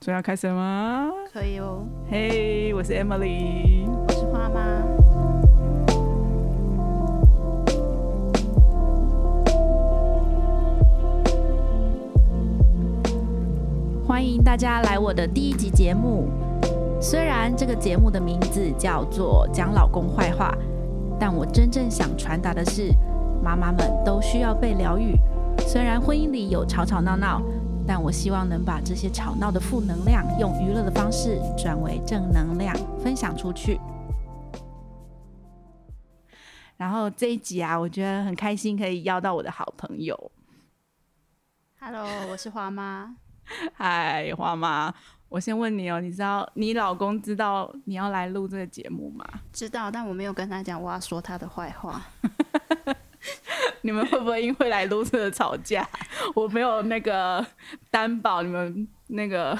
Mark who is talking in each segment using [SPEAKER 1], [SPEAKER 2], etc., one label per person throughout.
[SPEAKER 1] 所以要开始了吗？
[SPEAKER 2] 可以哦。
[SPEAKER 1] 嘿、我是 Emily。
[SPEAKER 2] 我是花妈，欢迎大家来我的第一集节目。虽然这个节目的名字叫做“讲老公坏话”，但我真正想传达的是，妈妈们都需要被疗愈。虽然婚姻里有吵吵闹闹，但我希望能把这些吵闹的负能量，用娱乐的方式转为正能量，分享出去。然后这一集啊，我觉得很开心，可以邀到我的好朋友，
[SPEAKER 3] Hello，我是花妈。
[SPEAKER 1] 嗨，花妈，我先问你哦，你知道你老公知道你要来录这个节目吗？
[SPEAKER 3] 知道，但我没有跟他讲我要说他的坏话。
[SPEAKER 1] 你们会不会因为来录这个吵架？ 我没有那个担保，你们那个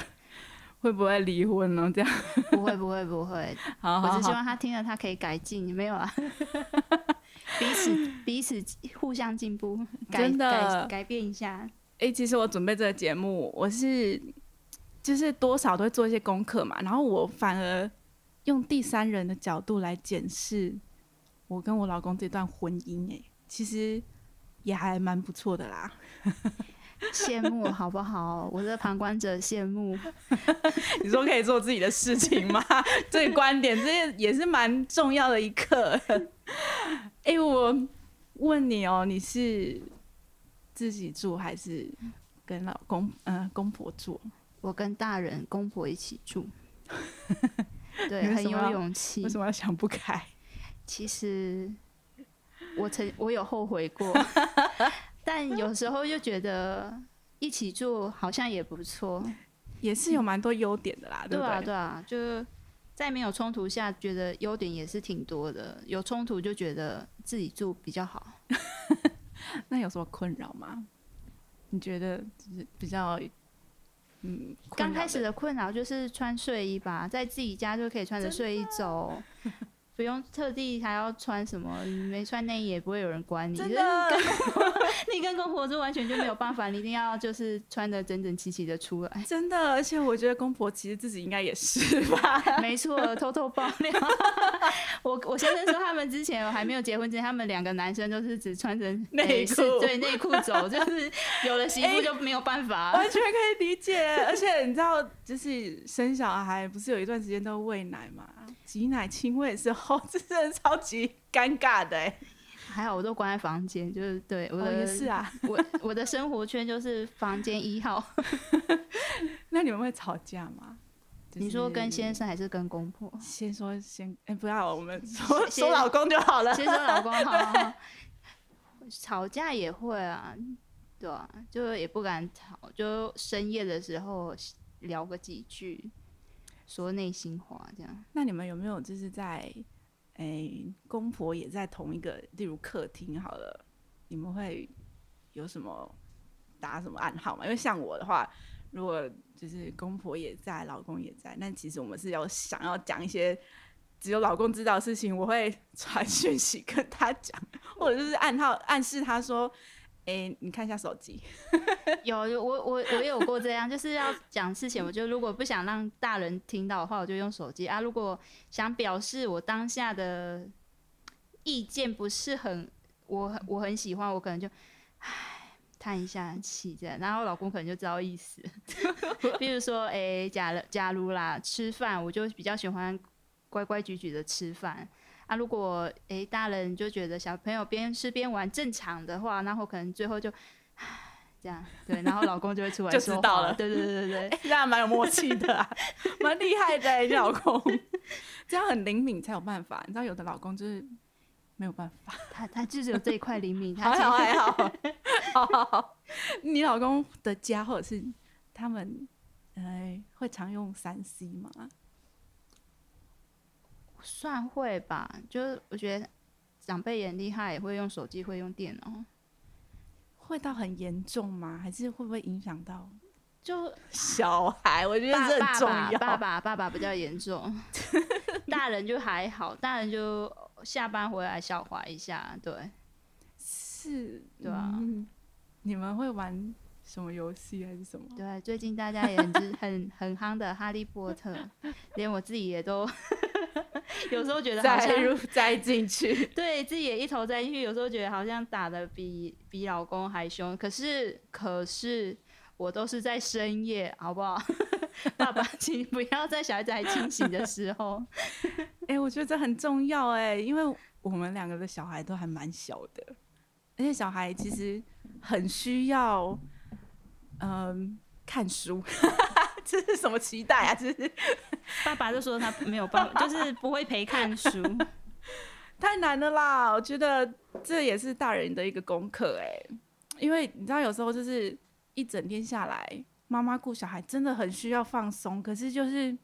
[SPEAKER 1] 会不会离婚呢？这样，
[SPEAKER 3] 不会，不会，不会。
[SPEAKER 1] 好
[SPEAKER 3] 我
[SPEAKER 1] 好
[SPEAKER 3] 只希
[SPEAKER 1] 好，
[SPEAKER 3] 望他听了，他可以改进。没 有啊，彼此彼此互相进步，改
[SPEAKER 1] 真的
[SPEAKER 3] 改改变一下。
[SPEAKER 1] 哎、其实我准备这个节目，我是就是多少都会做一些功课嘛，然后我反而用第三人的角度来检视我跟我老公这段婚姻、哎，其实也还蛮不错的啦。
[SPEAKER 3] 羡慕好不好？我这旁观者羡慕。
[SPEAKER 1] 你说可以做自己的事情吗？ 这个观点，这也是蛮重要的一课。哎、我问你哦，你是自己住还是跟老公呃公婆住？
[SPEAKER 3] 我跟大人公婆一起 住，
[SPEAKER 1] 你
[SPEAKER 3] 对，
[SPEAKER 1] 为
[SPEAKER 3] 很
[SPEAKER 1] 什么
[SPEAKER 3] 有
[SPEAKER 1] 要
[SPEAKER 3] 勇气
[SPEAKER 1] 为。什么要想不开？
[SPEAKER 3] 其实我曾我有后 悔过，但有时候就觉得一起住好像也不错。
[SPEAKER 1] 也是有蛮多优点的啦，
[SPEAKER 3] 对
[SPEAKER 1] 不对？
[SPEAKER 3] 啊，对啊，就在没有冲突下，觉得优点也是挺多的；有冲突就觉得自己住比较好。
[SPEAKER 1] 那有什么困扰吗？你觉得就是比较嗯，困
[SPEAKER 3] 刚
[SPEAKER 1] 扰
[SPEAKER 3] 开始的困扰就是穿睡衣吧，在自己家就可以穿着睡衣 走，不用特地还要穿什么，你没穿内衣也不会有人管你。
[SPEAKER 1] 真
[SPEAKER 3] 就是
[SPEAKER 1] 的。
[SPEAKER 3] 你跟公婆住完全就没有办法，你一定要就是穿的整整齐齐的出来
[SPEAKER 1] 真的，而且我觉得公婆其实自己应该也是吧。
[SPEAKER 3] 没错，偷偷爆 料。我我先生说，他们之前还没有结婚之前，他们两个男生都是只穿着
[SPEAKER 1] 内
[SPEAKER 3] 诶是
[SPEAKER 1] 裤
[SPEAKER 3] 对内裤 走，就是有了媳妇就没有办法。
[SPEAKER 1] 完全可以理解，而且你知道，就是生小孩不是有一段时间都喂奶嘛，挤奶亲喂的时候， 这真的超级尴尬的、欸。
[SPEAKER 3] 还好我都关在房间，就是对我
[SPEAKER 1] 哦，
[SPEAKER 3] 的、
[SPEAKER 1] 也是啊，
[SPEAKER 3] 我我的生活圈就是房间 一号。
[SPEAKER 1] 那你们会吵架吗？就是
[SPEAKER 3] 你说跟先生还是跟公婆？
[SPEAKER 1] 先说先，哎、不要，我们说
[SPEAKER 3] 先
[SPEAKER 1] 说老公就好了。
[SPEAKER 3] 先说老公好 好好，吵架也会啊，对啊，就也不敢吵，就深夜的时候聊个几句，说内心话这样。
[SPEAKER 1] 那你们有没有就是在，哎、公婆也在同一个，例如客厅好了，你们会有什么打什么暗号吗？因为像我的话，如果就是公婆也在，老公也在，但其实我们是有想要讲一些只有老公知道的事情，我会 传讯息跟他讲，或者就是暗号暗示他说，哎、你看一下手机，
[SPEAKER 3] 有我我我也有过这样，就是要讲事情，我就如果不想让大人听到的话，我就用手机啊；如果想表示我当下的意见不是很我很我很喜欢，我可能就唉叹一下气这样，然后老公可能就知道意思。 比如说，诶，假了假如啦，吃饭我就比较喜欢乖乖矩矩的吃饭。啊，如果诶、大人就觉得小朋友边吃边玩正常的话，然后可能最后就唉这样对，然后老公就会出来
[SPEAKER 1] 就
[SPEAKER 3] 说
[SPEAKER 1] 知道
[SPEAKER 3] 话
[SPEAKER 1] 了
[SPEAKER 3] 对对对对对，
[SPEAKER 1] 这样蛮有默契的、啊， 蛮厉害的、欸，你老公这样很灵敏才有办法。你知道有的老公就是没有办法，
[SPEAKER 3] 他他就只有这一块灵敏，他
[SPEAKER 1] 还好
[SPEAKER 3] 其实
[SPEAKER 1] 还好，好好好。你老公的家或者是他们，呃，会常用三 C 吗？
[SPEAKER 3] 算会吧，就是我觉得长辈也很厉害，也会用手机，会用电脑，
[SPEAKER 1] 会到很严重吗？还是会不会影响到
[SPEAKER 3] 就
[SPEAKER 1] 小孩？我觉得
[SPEAKER 3] 爸
[SPEAKER 1] 这很
[SPEAKER 3] 爸
[SPEAKER 1] 重
[SPEAKER 3] 爸
[SPEAKER 1] 要。
[SPEAKER 3] 爸爸爸爸比较严重， 大人就还好，大人就下班回来小滑一下，对
[SPEAKER 1] 是，
[SPEAKER 3] 对啊
[SPEAKER 1] 嗯你们会玩什么游戏还是什么，
[SPEAKER 3] 对，最近大家也很知 很很夯的《哈利波特》，连我自己也都 有时候觉得好
[SPEAKER 1] 再
[SPEAKER 3] 像
[SPEAKER 1] 入再进去，
[SPEAKER 3] 对自己也一头栽进去，有时候觉得好像打的比比老公还凶。可是可是我都是在深夜，好不好？ 爸爸，请不要在小孩子还清醒的时候。
[SPEAKER 1] 哎、我觉得这很重要哎、因为我们两个的小孩都还蛮小的，而且小孩其实很需要，嗯，看书， 这是什么期待啊？这是
[SPEAKER 3] 爸爸就说他没有办法，就是不会陪看书。
[SPEAKER 1] 太难了啦！我觉得这也是大人的一个功课哎、因为你知道有时候就是一整天下来，妈妈顾小孩真的很需要放松，可是就是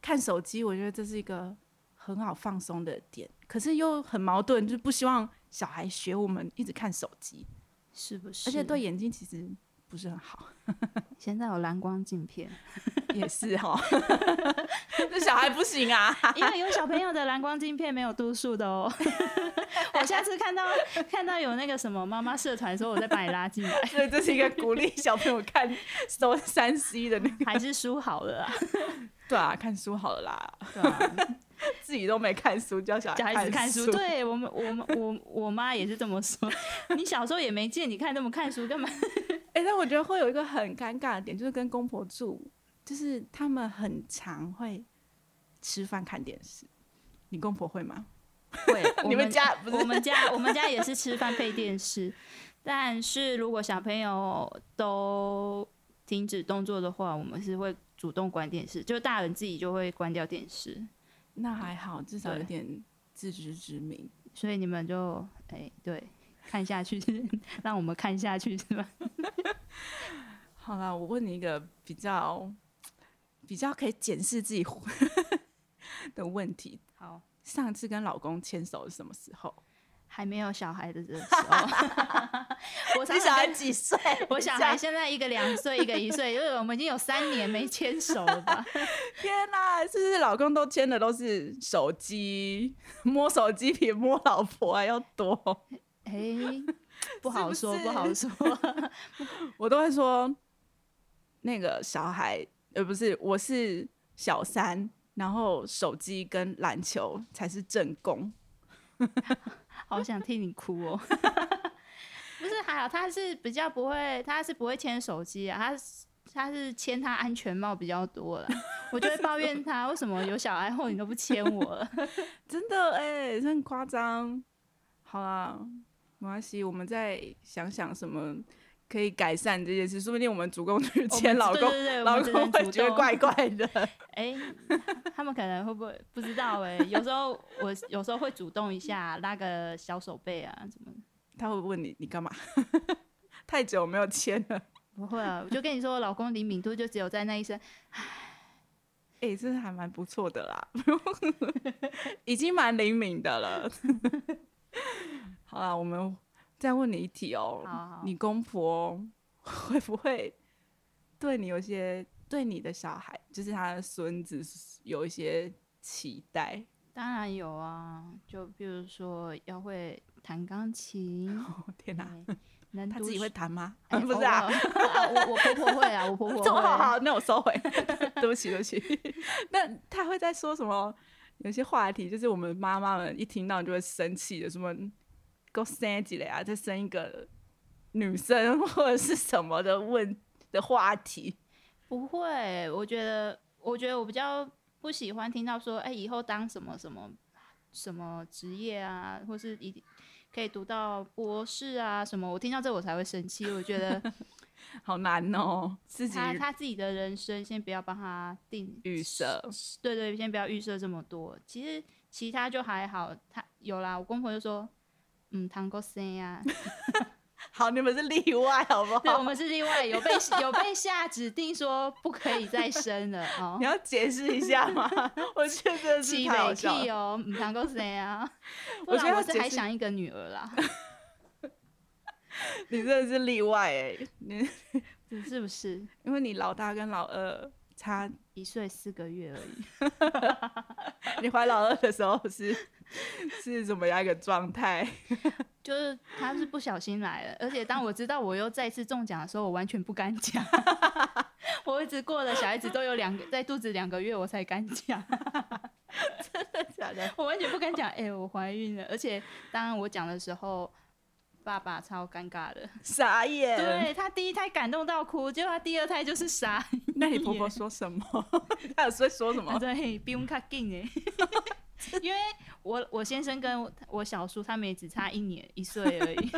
[SPEAKER 1] 看手机，我觉得这是一个很好放松的点，可是又很矛盾，就是不希望小孩学我们一直看手机，
[SPEAKER 3] 是不
[SPEAKER 1] 而
[SPEAKER 3] 是
[SPEAKER 1] 且对，眼睛其实不是很好，
[SPEAKER 3] 现在有蓝光镜片，
[SPEAKER 1] 也是哦哈， 这小孩不行 啊，
[SPEAKER 3] 因为有小朋友的蓝光镜片没有度数的哦。 我下次看到看到有那个什么妈妈社团的时候，我再把你拉进来，
[SPEAKER 1] 所以这是一个鼓励小朋友看收三 C 的那个，
[SPEAKER 3] 还是书好了啊。
[SPEAKER 1] 对啊，看书好了啦。
[SPEAKER 3] 对啊
[SPEAKER 1] 自己都没看书，教小孩
[SPEAKER 3] 小 孩子看
[SPEAKER 1] 看
[SPEAKER 3] 书，对我们，我们，我 我妈也是这么说。 你小时候也没见你看那么看书，干嘛？
[SPEAKER 1] 哎、但我觉得会有一个很尴尬的点，就是跟公婆住，就是他们很常会吃饭看电视。你公婆会吗？
[SPEAKER 3] 会，我
[SPEAKER 1] 你们家不是
[SPEAKER 3] 我们家，我们家也是吃饭配电视，但是如果小朋友都停止动作的话，我们是会主动关电视，就大人自己就会关掉电视，
[SPEAKER 1] 那还好，至少有
[SPEAKER 3] 对
[SPEAKER 1] 点自知之明。
[SPEAKER 3] 所以你们就哎、对，看下去， 让我们看下去是吧？
[SPEAKER 1] 好啦，我问你一个比较比较可以检视自己 的问题：
[SPEAKER 3] 好，
[SPEAKER 1] 上次跟老公牵手是什么时候？
[SPEAKER 3] 还没有小孩的时 候， 我常
[SPEAKER 1] 你小
[SPEAKER 3] 常
[SPEAKER 1] 孩
[SPEAKER 3] 跟
[SPEAKER 1] 几岁？
[SPEAKER 3] 我小孩现在一个两岁，一个一岁，因为我们已经有三年没牵手了 吧？
[SPEAKER 1] 天哪、是不是老公都牵的都是手机？摸手机比摸老婆还要多。
[SPEAKER 3] 哎、不好说，
[SPEAKER 1] 是不
[SPEAKER 3] 不
[SPEAKER 1] 是
[SPEAKER 3] 好说。
[SPEAKER 1] 我都会说，那个小孩，呃，不是，我是小三，然后手机跟篮球才是正宫。
[SPEAKER 3] 好想替你哭 哦。不是，还好他是比较不会，他是不会牵手机啊，他是他是牵他安全帽比较多 啦。我就会抱怨他，为什么有小孩后你都不牵我了？
[SPEAKER 1] 真的哎、这很夸张。好啦，没关系，我们再想想什么可以改善这件事，说不定我们主动去
[SPEAKER 3] 我们
[SPEAKER 1] 牵老
[SPEAKER 3] 对
[SPEAKER 1] 公，
[SPEAKER 3] 对对我
[SPEAKER 1] 老
[SPEAKER 3] 们只能
[SPEAKER 1] 公会
[SPEAKER 3] 主
[SPEAKER 1] 觉得
[SPEAKER 3] 动
[SPEAKER 1] 怪怪的。
[SPEAKER 3] 哎、 他们可能会不会不知道哎、有时候我有时候会主动一下，拉个小手背啊什么的。
[SPEAKER 1] 他会问你你干嘛？ 太久没有牵了，
[SPEAKER 3] 不会啊，我就跟你说，我老公灵敏度就只有在那一声。
[SPEAKER 1] 哎、这还蛮不错的啦， 已经蛮灵敏的 了。好啦，我们再问你一题哦、
[SPEAKER 3] 好好
[SPEAKER 1] 你公婆会不会对你有一些对你的小孩，就是他的孙子有一些期待？
[SPEAKER 3] 当然有啊，就比如说要会弹钢琴，
[SPEAKER 1] 哦天哪、
[SPEAKER 3] 对能
[SPEAKER 1] 他
[SPEAKER 3] 读
[SPEAKER 1] 自己
[SPEAKER 3] 书
[SPEAKER 1] 会弹吗？
[SPEAKER 3] 哎
[SPEAKER 1] 不是啊
[SPEAKER 3] 偶，尔我我婆婆会啊，我婆 婆
[SPEAKER 1] 好好
[SPEAKER 3] 会。
[SPEAKER 1] 好，那我收回， 对不起， 对不起。那他会在说什么？有些话题就是我们妈妈们一听到就会生气的，什么够生几了啊，再生一个女生 或者是什么的问的话题。
[SPEAKER 3] 不会，我觉得，我觉得我比较不喜欢听到说，哎、以后当什么什么什么职业啊，或是一定可以读到博士啊什么，我听到这我才会生气。我 觉得
[SPEAKER 1] 好难哦，自己
[SPEAKER 3] 他啊他自己的人生先不要帮他定
[SPEAKER 1] 预设。
[SPEAKER 3] 对对，先不要预设这么多。其实其他就还好，他有啦。我公婆就说，嗯，唐国生呀，
[SPEAKER 1] 好，你们是例外，好不
[SPEAKER 3] 对，我
[SPEAKER 1] 好？
[SPEAKER 3] 们是例外，有被有被下指定说不可以再生了哦
[SPEAKER 1] 你。要解释一下吗？ 我觉得真的是
[SPEAKER 3] 气
[SPEAKER 1] 太好
[SPEAKER 3] 美
[SPEAKER 1] 笑
[SPEAKER 3] 气
[SPEAKER 1] 了。
[SPEAKER 3] 哦，唔唐国生 啊，不
[SPEAKER 1] 我觉得
[SPEAKER 3] 然
[SPEAKER 1] 要
[SPEAKER 3] 我
[SPEAKER 1] 解
[SPEAKER 3] 是还
[SPEAKER 1] 释
[SPEAKER 3] 想一个女儿啦，
[SPEAKER 1] 你真的是例外哎，你
[SPEAKER 3] 是不是？
[SPEAKER 1] 因为你老大跟老二差
[SPEAKER 3] 一岁四个月而已，
[SPEAKER 1] 你怀老二的时候是是怎么样一个状态？
[SPEAKER 3] 就是他是不小心来了，而且当我知道我又再次中奖的时候，我完全不敢讲， 我一直过了小孩子都有两个在肚子两个月，我才敢讲，
[SPEAKER 1] 假的？
[SPEAKER 3] 我完全不敢讲，哎、我怀孕了，而且当我讲的时候，爸爸超尴尬的，
[SPEAKER 1] 傻眼。
[SPEAKER 3] 对他第一胎感动到哭，结果他第二胎就是傻
[SPEAKER 1] 那你婆婆说什么？ 她有说说什
[SPEAKER 3] 啊
[SPEAKER 1] 么？
[SPEAKER 3] 对，比我们卡近 哎。因为我我先生跟我我小叔他们也只差一年一岁而已，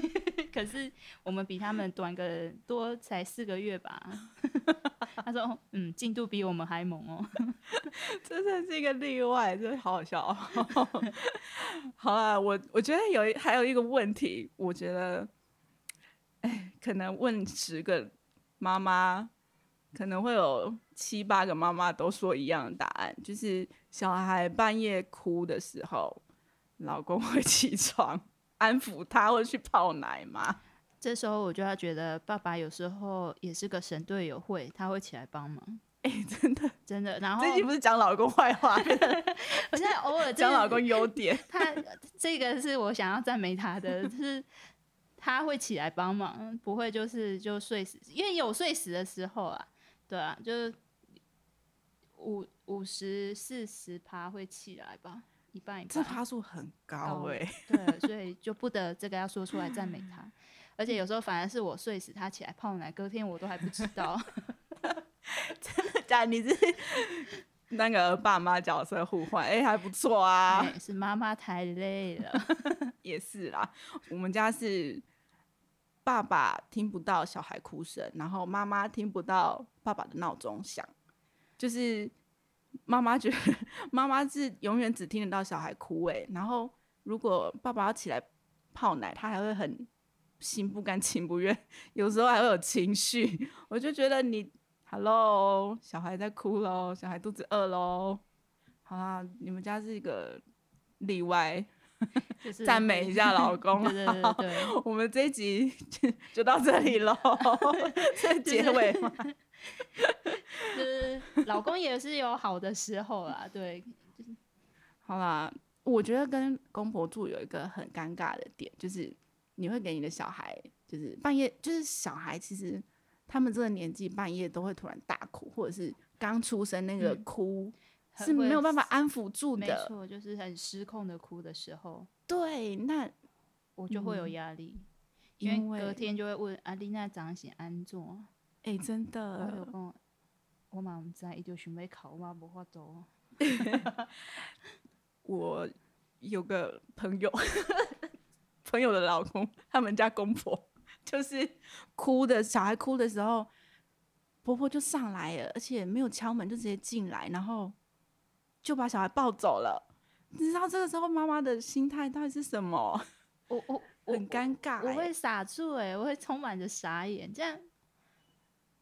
[SPEAKER 3] 可是我们比他们短个多才四个月吧。他说哦：“嗯，进度比我们还猛哦。
[SPEAKER 1] 这真是一个例外，真的好好笑、哦。 好啊，我我觉得有一还有一个问题，我觉得，哎，可能问十个妈妈，可能会有七八个妈妈都说一样的答案，就是小孩半夜哭的时候，老公会起床安抚他，或者去泡奶吗？”
[SPEAKER 3] 这时候我就要觉得爸爸有时候也是个神队友会，他会起来帮忙，
[SPEAKER 1] 哎、真的，
[SPEAKER 3] 真的。然后
[SPEAKER 1] 这集不是讲老公坏 话，
[SPEAKER 3] 我现在偶尔真
[SPEAKER 1] 讲
[SPEAKER 3] 的
[SPEAKER 1] 老公优点。
[SPEAKER 3] 他这个是我想要赞美他的，就是他会起来帮忙，不会就是就睡死，因为有睡死的时候啊，对啊，就是五五十四十趴会起来吧，一半一
[SPEAKER 1] 这
[SPEAKER 3] 半。
[SPEAKER 1] 趴数很高
[SPEAKER 3] 高
[SPEAKER 1] 哎、
[SPEAKER 3] 对，啊所以就不得这个要说出来赞美 他，而且有时候反而是我睡死，他起来泡奶，隔天我都还不知 道。
[SPEAKER 1] 假如你是那个爸妈角色互换，哎、还不错啊，
[SPEAKER 3] 哎是妈妈太累了，
[SPEAKER 1] 也是啦。我们家是爸爸听不到小孩哭声，然后妈妈听不到爸爸的闹钟响，就是妈妈觉得妈妈是永远只听得到小孩哭哎、然后如果爸爸要起来泡奶，他还会很心不甘情不愿，有时候还会有情绪，我就觉得你。Hello，小孩在哭喽，小孩肚子饿喽。好啦，你们家是一个例外，
[SPEAKER 3] 就 是
[SPEAKER 1] 赞美一下老 公
[SPEAKER 3] 对对对对。
[SPEAKER 1] 我们这一集就就到这里 喽，这结尾吗？
[SPEAKER 3] 就是老公也是有好的时候啦，对，
[SPEAKER 1] 好啦，我觉得跟公婆住有一个很尴尬的点，就是你会给你的小孩，就是半夜，就是小孩其实他们这个年纪半夜都会突然大哭，或者是刚出生那个
[SPEAKER 3] 嗯
[SPEAKER 1] 哭、
[SPEAKER 3] 很
[SPEAKER 1] 是没有
[SPEAKER 3] 会
[SPEAKER 1] 办法安抚住
[SPEAKER 3] 没
[SPEAKER 1] 的。
[SPEAKER 3] 错，就是很失控的哭的时候，
[SPEAKER 1] 对，那
[SPEAKER 3] 我就会有
[SPEAKER 1] 嗯
[SPEAKER 3] 压力，
[SPEAKER 1] 因
[SPEAKER 3] 因为
[SPEAKER 1] 为
[SPEAKER 3] 隔天就会问阿丽娜长醒安坐，
[SPEAKER 1] 哎、真
[SPEAKER 3] 我
[SPEAKER 1] 的
[SPEAKER 3] 有跟我我妈唔知，伊就想要哭，我嘛无法度。
[SPEAKER 1] 我有个朋友， 朋友的老公，他们家公婆就是哭的小孩哭的时候，婆婆就上来了，而且没有敲门就直接进来，然后就把小孩抱走了。你知道这个时候妈妈的心态到底是什么？
[SPEAKER 3] 我我我
[SPEAKER 1] 很尴尬、
[SPEAKER 3] 我
[SPEAKER 1] 欸，
[SPEAKER 3] 会傻住哎、我会充满着傻眼，这 样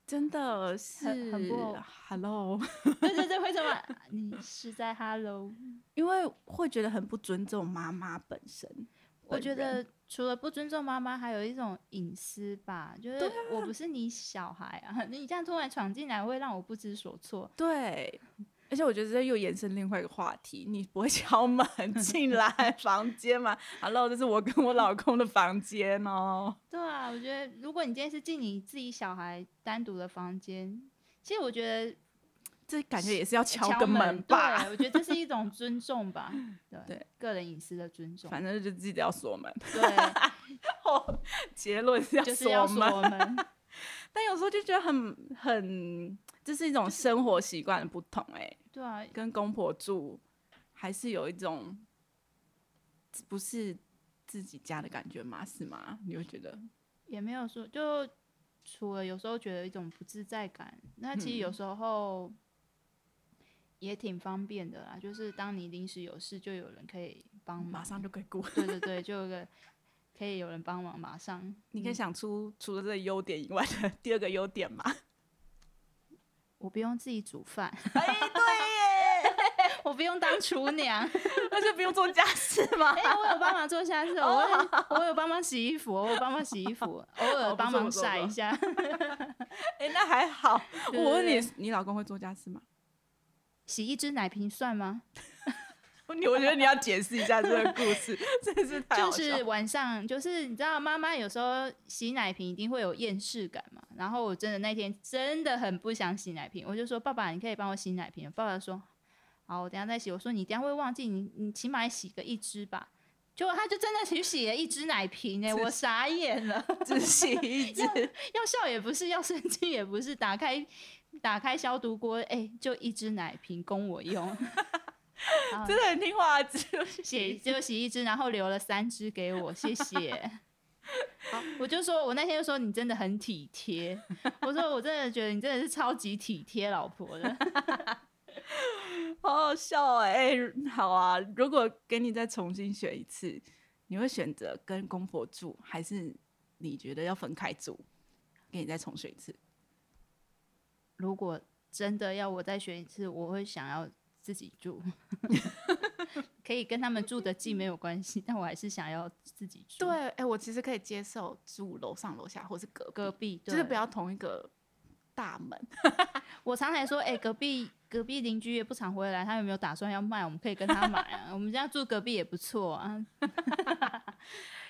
[SPEAKER 1] 真的是
[SPEAKER 3] 很很不
[SPEAKER 1] hello，
[SPEAKER 3] 对对对，会充满啊你是在 hello。
[SPEAKER 1] 因为会觉得很不尊重妈妈本身。
[SPEAKER 3] 我觉
[SPEAKER 1] 本人
[SPEAKER 3] 得除了不尊重妈妈，还有一种隐私吧，就是我不是你小孩啊， 你这样突然闯进来会让我不知所措。
[SPEAKER 1] 对，而且我觉得这又延伸另外一个话题，你不会敲 门进来房间吗？Hello，这是我跟我老公的房间哦。
[SPEAKER 3] 对啊，我觉得如果你今天是进你自己小孩单独的房间，其实我觉得
[SPEAKER 1] 这感觉也是要 敲
[SPEAKER 3] 敲
[SPEAKER 1] 个
[SPEAKER 3] 门
[SPEAKER 1] 吧
[SPEAKER 3] 对，，啊我觉得这是一种尊 重吧，对，
[SPEAKER 1] 对
[SPEAKER 3] 个人隐私的尊重，
[SPEAKER 1] 反正就记得要锁门。
[SPEAKER 3] 对，
[SPEAKER 1] 哦，结论是要
[SPEAKER 3] 就是要
[SPEAKER 1] 锁
[SPEAKER 3] 锁
[SPEAKER 1] 门，
[SPEAKER 3] 门，
[SPEAKER 1] 但有时候就觉得很很，这是一种生活习惯的不同哎、
[SPEAKER 3] 对啊，
[SPEAKER 1] 跟公婆住还是有一种不是自己家的感觉吗？是吗？你会觉得？
[SPEAKER 3] 也没有说，就除了有时候觉得一种不自在感，那其实
[SPEAKER 1] 嗯
[SPEAKER 3] 有时候也挺方便的啦。就是当你临时有事，就有人可以帮忙。
[SPEAKER 1] 马上就可以过。
[SPEAKER 3] 对对对，就有个可以有人帮忙，马上。
[SPEAKER 1] 你可以
[SPEAKER 3] 嗯
[SPEAKER 1] 想出除了这个优点以外的 第二个优点吗？
[SPEAKER 3] 我不用自己煮饭，
[SPEAKER 1] 哎，对耶，
[SPEAKER 3] 我不用当厨 娘，
[SPEAKER 1] 那就不用做家事吗
[SPEAKER 3] 哎、？我有帮忙做下事，
[SPEAKER 1] 哦
[SPEAKER 3] 我会我有帮忙洗衣服，我有帮忙洗 衣服，偶尔
[SPEAKER 1] 哦不
[SPEAKER 3] 帮
[SPEAKER 1] 错
[SPEAKER 3] 忙
[SPEAKER 1] 不错
[SPEAKER 3] 晒
[SPEAKER 1] 不
[SPEAKER 3] 一
[SPEAKER 1] 错
[SPEAKER 3] 下。
[SPEAKER 1] 哎，那还好。
[SPEAKER 3] 对
[SPEAKER 1] 我问
[SPEAKER 3] 对
[SPEAKER 1] 你，你老公会做家事吗？
[SPEAKER 3] 洗一只奶瓶算吗？
[SPEAKER 1] 你我觉得你要解释一下这个故事，真是太好
[SPEAKER 3] 就
[SPEAKER 1] 笑
[SPEAKER 3] 是晚上，就是你知道，妈妈有时候洗奶瓶一定会有厌世感嘛。然后我真的那天真的很不想洗奶瓶，我就说：“爸爸，你可以帮我洗奶瓶。”爸爸说：“好，我等一下再洗。”我说：“你等一下会忘记，你你起码也洗个一只吧。”结果他就真的去洗了一只奶瓶哎、我傻眼了，
[SPEAKER 1] 只洗一 只，
[SPEAKER 3] 要笑也不是，要生气也不是，打开打开消毒锅，哎、就一只奶瓶供我 用，
[SPEAKER 1] 真的很听话，只有
[SPEAKER 3] 洗就洗一只，然后留了三只给我，谢谢。好，我就说，我那天就说你真的很体贴，我说我真的觉得你真的是超级体贴老 婆的。
[SPEAKER 1] 好好笑哎、欸好啊，如果给你再重新选一次，你会选择跟公婆住，还是你觉得要分开住？给你再重选一次，
[SPEAKER 3] 如果真的要我再选一次，我会想要自己 住，可以跟他们住的近没有关系，但我还是想要自己住。
[SPEAKER 1] 对，，哎、我其实可以接受住楼上楼下或是隔
[SPEAKER 3] 隔
[SPEAKER 1] 隔，
[SPEAKER 3] 壁
[SPEAKER 1] 就是
[SPEAKER 3] 对
[SPEAKER 1] 不要同一个大门。
[SPEAKER 3] 我常常说，哎、隔壁隔壁邻居也不常回来，他有没有打算要卖？我们可以跟他买啊， 我们这样住隔壁也不错啊。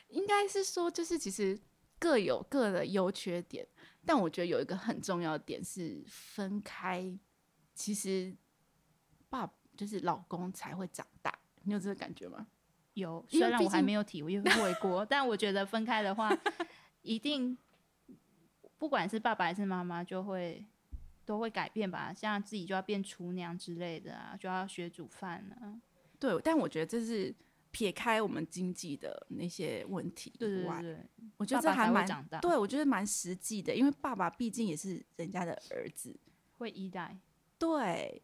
[SPEAKER 1] 应该是说，就是其实各有各的优缺点，但我觉得有一个很重要的点是分开，其实爸就是老公才会长大，你有这个感觉吗？
[SPEAKER 3] 有，
[SPEAKER 1] 因
[SPEAKER 3] 虽
[SPEAKER 1] 为
[SPEAKER 3] 然
[SPEAKER 1] 毕
[SPEAKER 3] 我还
[SPEAKER 1] 竟
[SPEAKER 3] 没有体会过， 但我觉得分开的话，一定不管是爸爸还是妈妈，就会都会改变吧。像自己就要变厨娘之类的啊，就要学煮饭啊。
[SPEAKER 1] 对，但我觉得这是撇开我们经济的那些问题
[SPEAKER 3] 对
[SPEAKER 1] 以
[SPEAKER 3] 对
[SPEAKER 1] 外，
[SPEAKER 3] 对对，
[SPEAKER 1] 我觉得
[SPEAKER 3] 爸
[SPEAKER 1] 这
[SPEAKER 3] 爸
[SPEAKER 1] 还
[SPEAKER 3] 才会
[SPEAKER 1] 蛮
[SPEAKER 3] 长大
[SPEAKER 1] 对我觉得蛮实际的，因为爸爸毕竟也是人家的儿子，
[SPEAKER 3] 会依赖，
[SPEAKER 1] 对，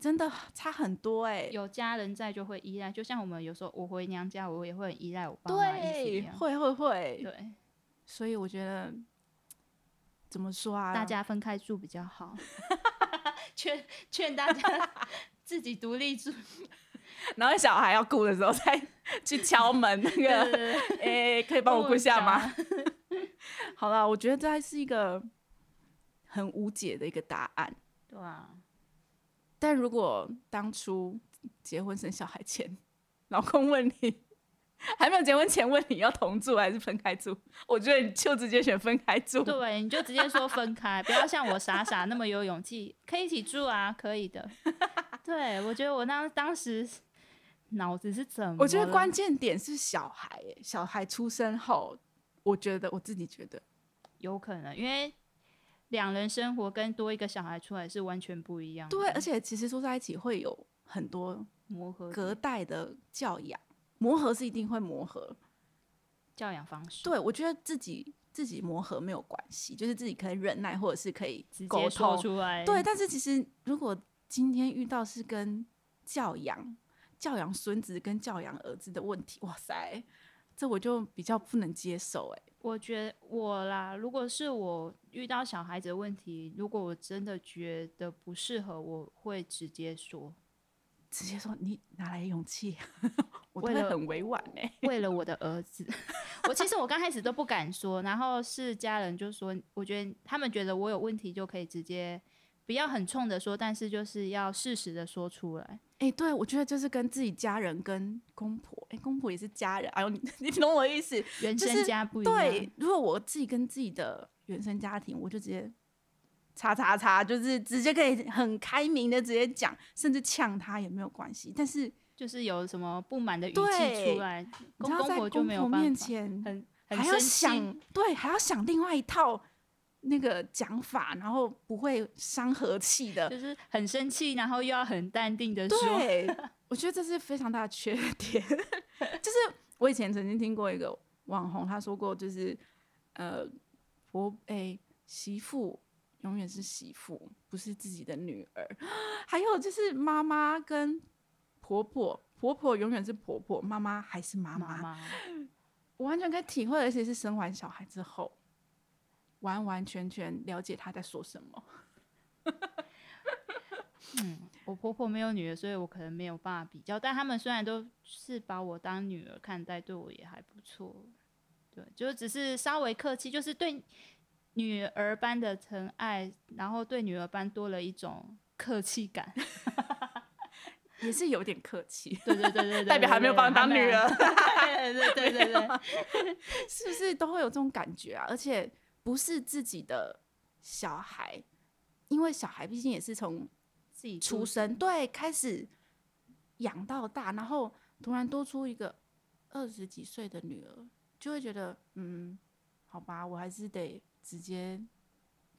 [SPEAKER 1] 真的差很多哎、
[SPEAKER 3] 有家人在就会依赖。就像我们有时候我回娘家，我也会很依赖我爸妈意思一
[SPEAKER 1] 对，
[SPEAKER 3] 样。
[SPEAKER 1] 会会会，
[SPEAKER 3] 对，
[SPEAKER 1] 所以我觉得怎么说啊，
[SPEAKER 3] 大家分开住比较好。 劝劝 大家自己独立住，
[SPEAKER 1] 然后小孩要顾的时候再 去敲门，那
[SPEAKER 3] 对对
[SPEAKER 1] 个，
[SPEAKER 3] 对对
[SPEAKER 1] 诶、 可以帮我顾一下吗？
[SPEAKER 3] 哦？小
[SPEAKER 1] 好了，我觉得这还是一个很无解的一个答案。
[SPEAKER 3] 对啊。
[SPEAKER 1] 但如果当初结婚生小孩前，老公问你 还没有结婚前问你要同住还是分开住，我觉得你就直接选分开住。
[SPEAKER 3] 对，你就直接说分开，不要像我傻傻那么有勇气，可以一起住啊，可以的。对，我觉得我那当时脑子是怎么了？
[SPEAKER 1] 我觉得关键点是小孩、诶小孩出生后，我觉得我自己觉得，
[SPEAKER 3] 有可能，因为两人生活跟多一个小孩出来是完全不一样的，
[SPEAKER 1] 对，而且其实住在一起会有很多
[SPEAKER 3] 磨合
[SPEAKER 1] 隔代的教养，磨合是一定会磨合。
[SPEAKER 3] 教养方式。
[SPEAKER 1] 对我觉得自己自己磨合没有关系，就是自己可以忍耐，或者是可以
[SPEAKER 3] 直
[SPEAKER 1] 沟
[SPEAKER 3] 接说
[SPEAKER 1] 通。
[SPEAKER 3] 出来，
[SPEAKER 1] 对，但是其实如果今天遇到是跟教养、教养孙子跟教养儿子的问题，哇塞，这我就比较不能接受哎、
[SPEAKER 3] 我觉得我啦，如果是我遇到小孩子的问题，如果我真的觉得不适合，我会直接说，
[SPEAKER 1] 直接说你哪来的勇气？ 我都
[SPEAKER 3] 为
[SPEAKER 1] 会
[SPEAKER 3] 了
[SPEAKER 1] 很委婉哎、
[SPEAKER 3] 为了我的儿子， 我其实我刚开始都不敢说，然后是家人就说，我觉得他们觉得我有问题就可以直接不要很冲的说，但是就是要适时的说出来。
[SPEAKER 1] 哎、对，我觉得就是跟自己家人、跟公婆，哎、公婆也是家人，哎呦，你 你懂我意思，
[SPEAKER 3] 原
[SPEAKER 1] 就是
[SPEAKER 3] 生家不一样，
[SPEAKER 1] 对，如果我自己跟自己的原生家庭，我就直接叉叉叉，就是直接可以很开明的直接讲，甚至呛他也没有关系。但是
[SPEAKER 3] 就是有什么不满的语
[SPEAKER 1] 对
[SPEAKER 3] 气出来，
[SPEAKER 1] 你
[SPEAKER 3] 公
[SPEAKER 1] 知道，
[SPEAKER 3] 公
[SPEAKER 1] 在
[SPEAKER 3] 婆就
[SPEAKER 1] 公
[SPEAKER 3] 没有
[SPEAKER 1] 婆
[SPEAKER 3] 办
[SPEAKER 1] 面
[SPEAKER 3] 法，
[SPEAKER 1] 前，
[SPEAKER 3] 很很
[SPEAKER 1] 还要
[SPEAKER 3] 生气，
[SPEAKER 1] 想对，还要想另外一套那个讲法，然后不会伤和气的。
[SPEAKER 3] 就是很生气，然后又要很淡定的说，
[SPEAKER 1] 对，我觉得这是非常大的缺点。就是我以前曾经听过一个网红，他说过，就是呃，婆哎、媳妇永远是媳妇，不是自己的女儿。还有就是妈妈跟婆婆，婆婆永远是婆婆，妈妈还是妈
[SPEAKER 3] 妈
[SPEAKER 1] 妈。
[SPEAKER 3] 妈，
[SPEAKER 1] 我完全可以体会，而且是生完小孩之后，完完全全了解她在说什么。
[SPEAKER 3] 我婆婆没有女儿，所以我可能没有办法比较。但他们虽然都是把我当女儿看待，对我也还不错。对，就只是稍微客气，就是对女儿般的疼爱，然后对女儿般多了一种客气感。
[SPEAKER 1] 也是有点客气，
[SPEAKER 3] 对对对对对，
[SPEAKER 1] 代表还没有把你当女人，
[SPEAKER 3] 对 对对对对，
[SPEAKER 1] 是不是都会有这种感觉啊？而且不是自己的小孩，因为小孩毕竟也是从
[SPEAKER 3] 自己
[SPEAKER 1] 出生对开始养到大，然后突然多出一个二十几岁的女儿，就会觉得嗯，好吧，我还是得直接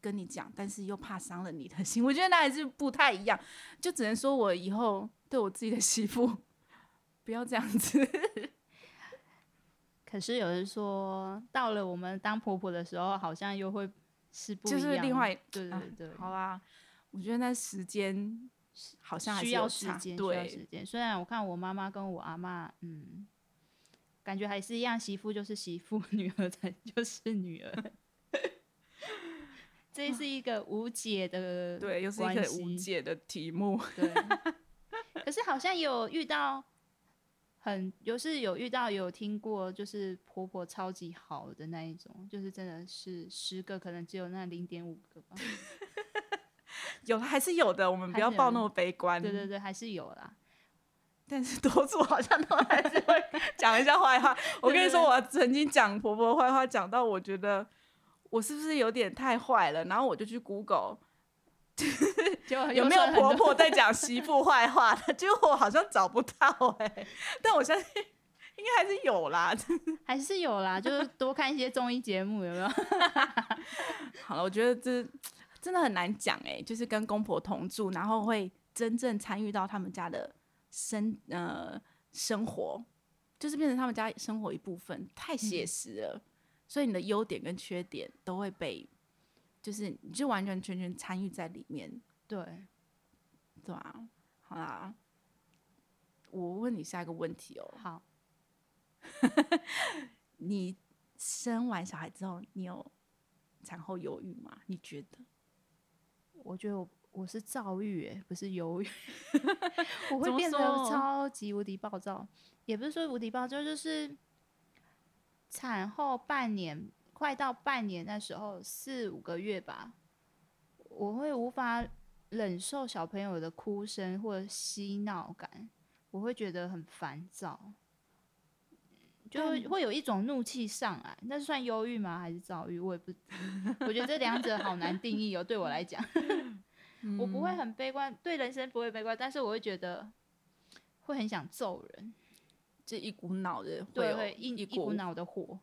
[SPEAKER 1] 跟你讲，但是又怕伤了你的心， 我觉得那还是不太一样，就只能说我以后对我自己的媳妇 不要这样子，
[SPEAKER 3] 可是有人说，到了我们当婆婆的时候，好像又会是不一
[SPEAKER 1] 就
[SPEAKER 3] 样，
[SPEAKER 1] 是另外
[SPEAKER 3] 对
[SPEAKER 1] 啊
[SPEAKER 3] 对对，
[SPEAKER 1] 好啦，我觉得那时间好像还是
[SPEAKER 3] 需
[SPEAKER 1] 有
[SPEAKER 3] 要时
[SPEAKER 1] 差
[SPEAKER 3] 间，需要时
[SPEAKER 1] 对，
[SPEAKER 3] 间。虽然我看我妈妈跟我阿妈，嗯，感觉还是一样，媳妇就是媳妇， 女儿才就是女儿。 这是一个无解 的，
[SPEAKER 1] 对，又是一个无。解的题目，
[SPEAKER 3] 对，可是好像有遇到很，就是有遇到有听过，就是婆婆超级好的那一种，就是真的是十个可能只有那零点五个 吧。
[SPEAKER 1] 有还是有的，我们
[SPEAKER 3] 还
[SPEAKER 1] 不
[SPEAKER 3] 是
[SPEAKER 1] 要
[SPEAKER 3] 有
[SPEAKER 1] 抱
[SPEAKER 3] 的
[SPEAKER 1] 那么悲观，
[SPEAKER 3] 对对对，还是有啦。
[SPEAKER 1] 但是多数好像 都 还是会讲一下坏话。我跟你说，我曾经讲婆婆坏话，讲到我觉得我是不是有点太坏了，然后我就去 Google
[SPEAKER 3] 就
[SPEAKER 1] 有没有婆婆在 讲媳妇坏话的，结果我好像找不到哎、 但我相信应该还是有啦。
[SPEAKER 3] 还是有啦，就是多看一些综艺节目，有没有？
[SPEAKER 1] 好了，我觉得这真的很难讲哎、就是跟公婆同住，然后会真正参与到他们家的生呃生活，就是变成他们家生活一部分，太
[SPEAKER 3] 嗯
[SPEAKER 1] 写实了。所以你的优点跟缺点都会被，就是你就完完全全参与在里面，
[SPEAKER 3] 对，
[SPEAKER 1] 对啊，好啦，我问你下一个问题哦、
[SPEAKER 3] 好，
[SPEAKER 1] 你生完小孩之后，你有产后忧郁吗？你觉得？
[SPEAKER 3] 我觉得我我是躁郁、欸，不是忧郁，
[SPEAKER 1] 怎
[SPEAKER 3] 我会
[SPEAKER 1] 么
[SPEAKER 3] 变得
[SPEAKER 1] 说
[SPEAKER 3] 超级无敌暴躁，也不是说无敌暴躁，就是产后半年，快到半年那时候，四五个月吧，我会无法忍受小朋友的哭声或者嬉闹感，我会觉得很烦躁。就会会有一种怒气上来，那算忧郁吗？还是躁郁？我也不， 我觉得这两者好难定义哦。对我来讲，我不
[SPEAKER 1] 嗯
[SPEAKER 3] 会很悲观，对人生不会悲观，但是我会觉得会很想揍人，
[SPEAKER 1] 这一股脑的
[SPEAKER 3] 对，
[SPEAKER 1] 有
[SPEAKER 3] 会一
[SPEAKER 1] 哦一
[SPEAKER 3] 一
[SPEAKER 1] 股
[SPEAKER 3] 股脑的火。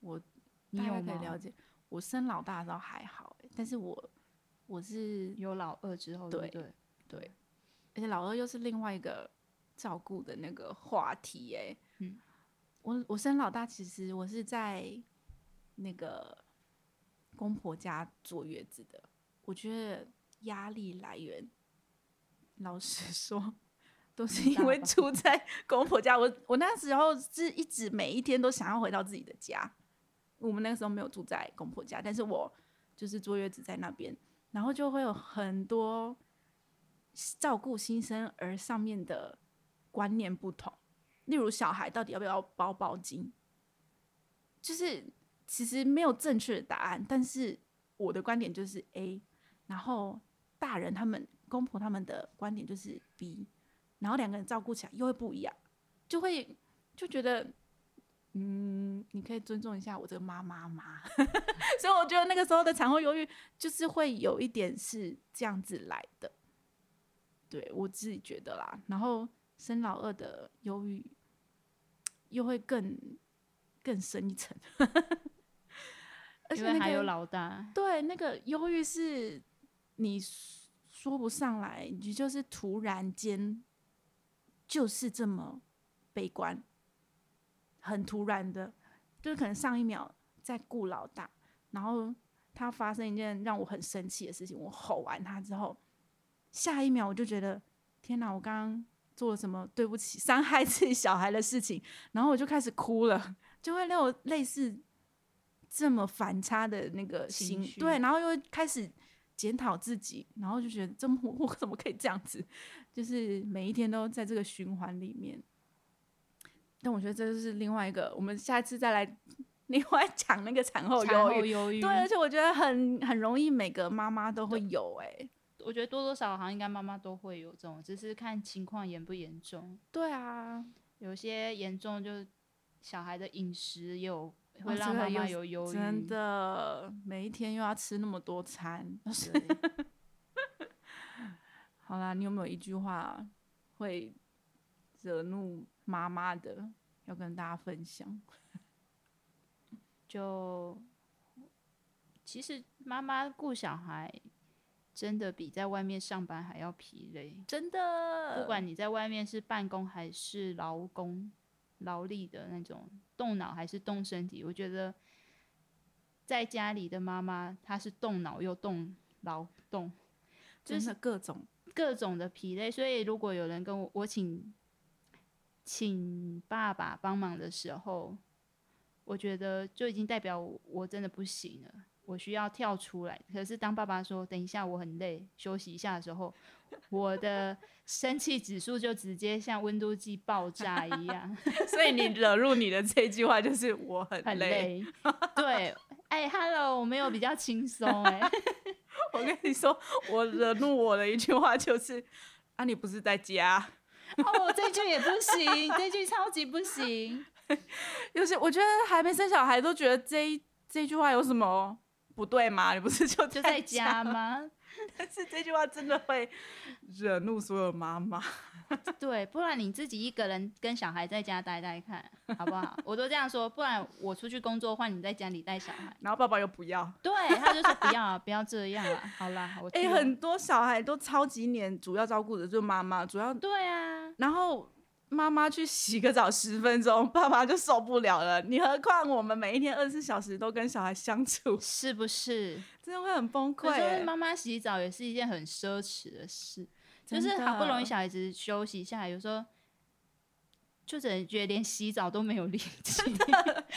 [SPEAKER 1] 我
[SPEAKER 3] 你
[SPEAKER 1] 大概
[SPEAKER 3] 有
[SPEAKER 1] 可以
[SPEAKER 3] 吗
[SPEAKER 1] 了解。我生老大的时候还好、欸，但是我我是，
[SPEAKER 3] 有老二之后，
[SPEAKER 1] 对
[SPEAKER 3] 对不对
[SPEAKER 1] 对而且老二又是另外一个照顾的那个话题、欸，
[SPEAKER 3] 嗯，
[SPEAKER 1] 我我生老大其实我是在那个公婆家坐月子的，我觉得压力来源，老实说。 都是因
[SPEAKER 3] 大
[SPEAKER 1] 为
[SPEAKER 3] 吧
[SPEAKER 1] 住在公婆家，我我那时候是一直每一天都想要回到自己的家，我们那个时候没有住在公婆家，但是我就是坐月子在那边，然后就会有很多照顾新生儿上面的观念不同，例如小孩到底要不要包包巾，就是其实没有正确的答案，但是我的观点就是 A，然后大人他们公婆他们的观点就是 B，然后两个人照顾起来又会不一样，就会就觉得。嗯，你可以尊重一下我这个妈妈吗？ 所以我觉得那个时候的产后忧郁就是会有一点是这样子来的，对我自己觉得啦。然后生老二的忧郁又会更更深一层， 而且、
[SPEAKER 3] 因
[SPEAKER 1] 那个、
[SPEAKER 3] 为还有老大，
[SPEAKER 1] 对，那个忧郁是你说说不上来，你就是突然间就是这么悲观，很突然的，就是可能上一秒在顾老大，然后他发生一件让我很生气的事情，我吼完他之后，下一秒我就觉得天哪，我刚刚做了什么对不起、 伤害自己小孩的事情，然后我就开始哭了，就会让我类似这么反差的那个
[SPEAKER 3] 情
[SPEAKER 1] 心，
[SPEAKER 3] 绪
[SPEAKER 1] 对，然后又会开始检讨自己，然后就觉得这么 我我怎么可以这样子，就是每一天都在这个循环里面。但我觉得这就是另外一个，我们下次再来 另外讲那个产后
[SPEAKER 3] 产
[SPEAKER 1] 哦忧
[SPEAKER 3] 后
[SPEAKER 1] 郁。啊
[SPEAKER 3] 忧郁，
[SPEAKER 1] 对，而且我觉得很很容易，每个妈妈都会有哎、
[SPEAKER 3] 我觉得多多少少好像应该妈妈都会有这种，只是看情况严不严重。
[SPEAKER 1] 对啊，
[SPEAKER 3] 有些严重就小孩的饮食也有
[SPEAKER 1] 哦
[SPEAKER 3] 会让
[SPEAKER 1] 这个
[SPEAKER 3] 妈妈
[SPEAKER 1] 又
[SPEAKER 3] 有忧郁，
[SPEAKER 1] 真的每一天又要吃那么多餐。
[SPEAKER 3] 对。
[SPEAKER 1] 好啦，你有没有一句话会惹怒妈妈的，要跟大家分享？
[SPEAKER 3] 就其实妈妈顾小孩真的比在外面上班还要疲累，
[SPEAKER 1] 真的
[SPEAKER 3] 不管你在外面是办公还是劳工、劳力的那种，动脑还是动身体，我觉得在家里的妈妈她是动脑又动劳动，就
[SPEAKER 1] 真
[SPEAKER 3] 是
[SPEAKER 1] 的各种
[SPEAKER 3] 各种的疲累，所以如果有人跟我我请请爸爸帮忙的时候，我觉得就已经代表我我真的不行了，我需要跳出来。可是当爸爸说等一下我很累，休息一下的时候，我的生气指数就直接像温度计爆炸一样，
[SPEAKER 1] 所以你惹怒你的这句话就是我很累，
[SPEAKER 3] 很累。对，哎、h e l l o 我没有比较轻松哎，
[SPEAKER 1] 我跟你说，我惹怒我的一句话就是：啊，你不是在家？
[SPEAKER 3] 哦，这句也不行，这句超级不行。
[SPEAKER 1] 有些我觉得还没生小孩都觉得这一这句话有什么不对吗？你不是就
[SPEAKER 3] 就
[SPEAKER 1] 在
[SPEAKER 3] 在家
[SPEAKER 1] 吗？
[SPEAKER 3] 吗？
[SPEAKER 1] 但 是这句话真的会惹怒所有妈妈。
[SPEAKER 3] 对，不然你自己一个人跟小孩在家待待看，好不好？我都这样说，不然我出去工作，换你在家里带小孩。
[SPEAKER 1] 然后爸爸又不要。
[SPEAKER 3] 对，他就说不要啊，不要这样啊。好啦，我
[SPEAKER 1] 哎、
[SPEAKER 3] 听了
[SPEAKER 1] 很多小孩都超级黏，主要照顾的就是妈妈，主要
[SPEAKER 3] 对啊，
[SPEAKER 1] 然后妈妈去洗个澡十分钟，爸爸就受不了了。你何况我们每一天二十四小时都跟小孩相处，
[SPEAKER 3] 是不是？
[SPEAKER 1] 真的会很崩溃
[SPEAKER 3] 可
[SPEAKER 1] 欸、
[SPEAKER 3] 是妈妈洗澡也是一件很奢侈的事，就
[SPEAKER 1] 真
[SPEAKER 3] 是
[SPEAKER 1] 的
[SPEAKER 3] 好不容易小孩子休息下来，有时候。就只能觉得连洗澡都没有力气，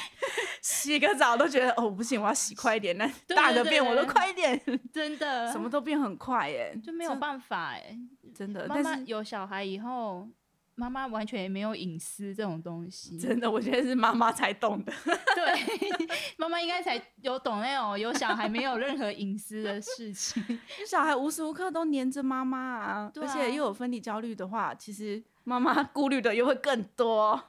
[SPEAKER 1] 洗个澡都觉得哦不行，我要洗快一点，那
[SPEAKER 3] 对
[SPEAKER 1] 大的
[SPEAKER 3] 对
[SPEAKER 1] 便我都
[SPEAKER 3] 对
[SPEAKER 1] 快一点，
[SPEAKER 3] 真的
[SPEAKER 1] 什么都变很快耶、
[SPEAKER 3] 就没有办法哎、
[SPEAKER 1] 真的，
[SPEAKER 3] 妈
[SPEAKER 1] 但
[SPEAKER 3] 妈
[SPEAKER 1] 是
[SPEAKER 3] 有小孩以后，妈妈完全也没有隐私这种东西。
[SPEAKER 1] 真的，我觉得是妈妈才懂的。
[SPEAKER 3] 对，妈妈应该才有懂那种有小孩没有任何隐私的事情。
[SPEAKER 1] 小孩无时无刻都黏着妈妈啊，
[SPEAKER 3] 对啊
[SPEAKER 1] 而且又有分离焦虑的话，其实妈妈 顾虑的又会更多，